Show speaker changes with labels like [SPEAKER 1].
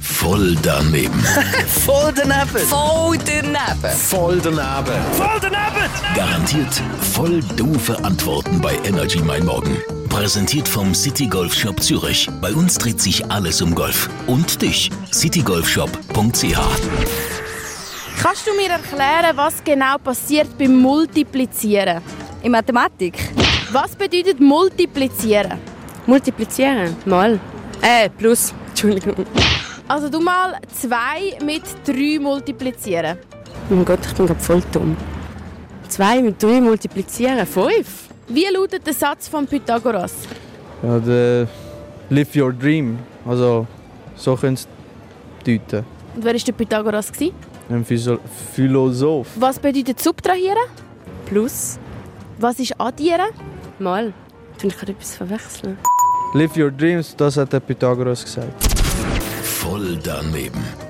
[SPEAKER 1] Voll daneben.
[SPEAKER 2] Voll daneben.
[SPEAKER 3] Voll daneben.
[SPEAKER 2] Voll daneben.
[SPEAKER 1] Garantiert voll doofe Antworten bei Energy Mein Morgen. Präsentiert vom City Golf Shop Zürich. Bei uns dreht sich alles um Golf. Und dich, citygolfshop.ch.
[SPEAKER 4] Kannst du mir erklären, was genau passiert beim Multiplizieren?
[SPEAKER 5] In Mathematik?
[SPEAKER 4] Was bedeutet Multiplizieren?
[SPEAKER 5] Multiplizieren. Mal. Äh, plus. Entschuldigung.
[SPEAKER 4] Also du mal 2 mit 3 multiplizieren.
[SPEAKER 5] Oh Mein Gott, ich bin gerade voll dumm. Zwei mit drei multiplizieren. Fünf?
[SPEAKER 4] Wie lautet der Satz von Pythagoras?
[SPEAKER 6] Ja, der Live Your Dream. Also, so könntest du es deuten.
[SPEAKER 4] Und wer war der Pythagoras? Gewesen?
[SPEAKER 6] Ein Physio- Philosoph.
[SPEAKER 4] Was bedeutet subtrahieren?
[SPEAKER 5] Plus.
[SPEAKER 4] Was ist addieren?
[SPEAKER 5] Mal. Tun ich gerade etwas verwechseln?
[SPEAKER 6] Live Your Dreams, das hat der Pythagoras gesagt.
[SPEAKER 1] Voll daneben.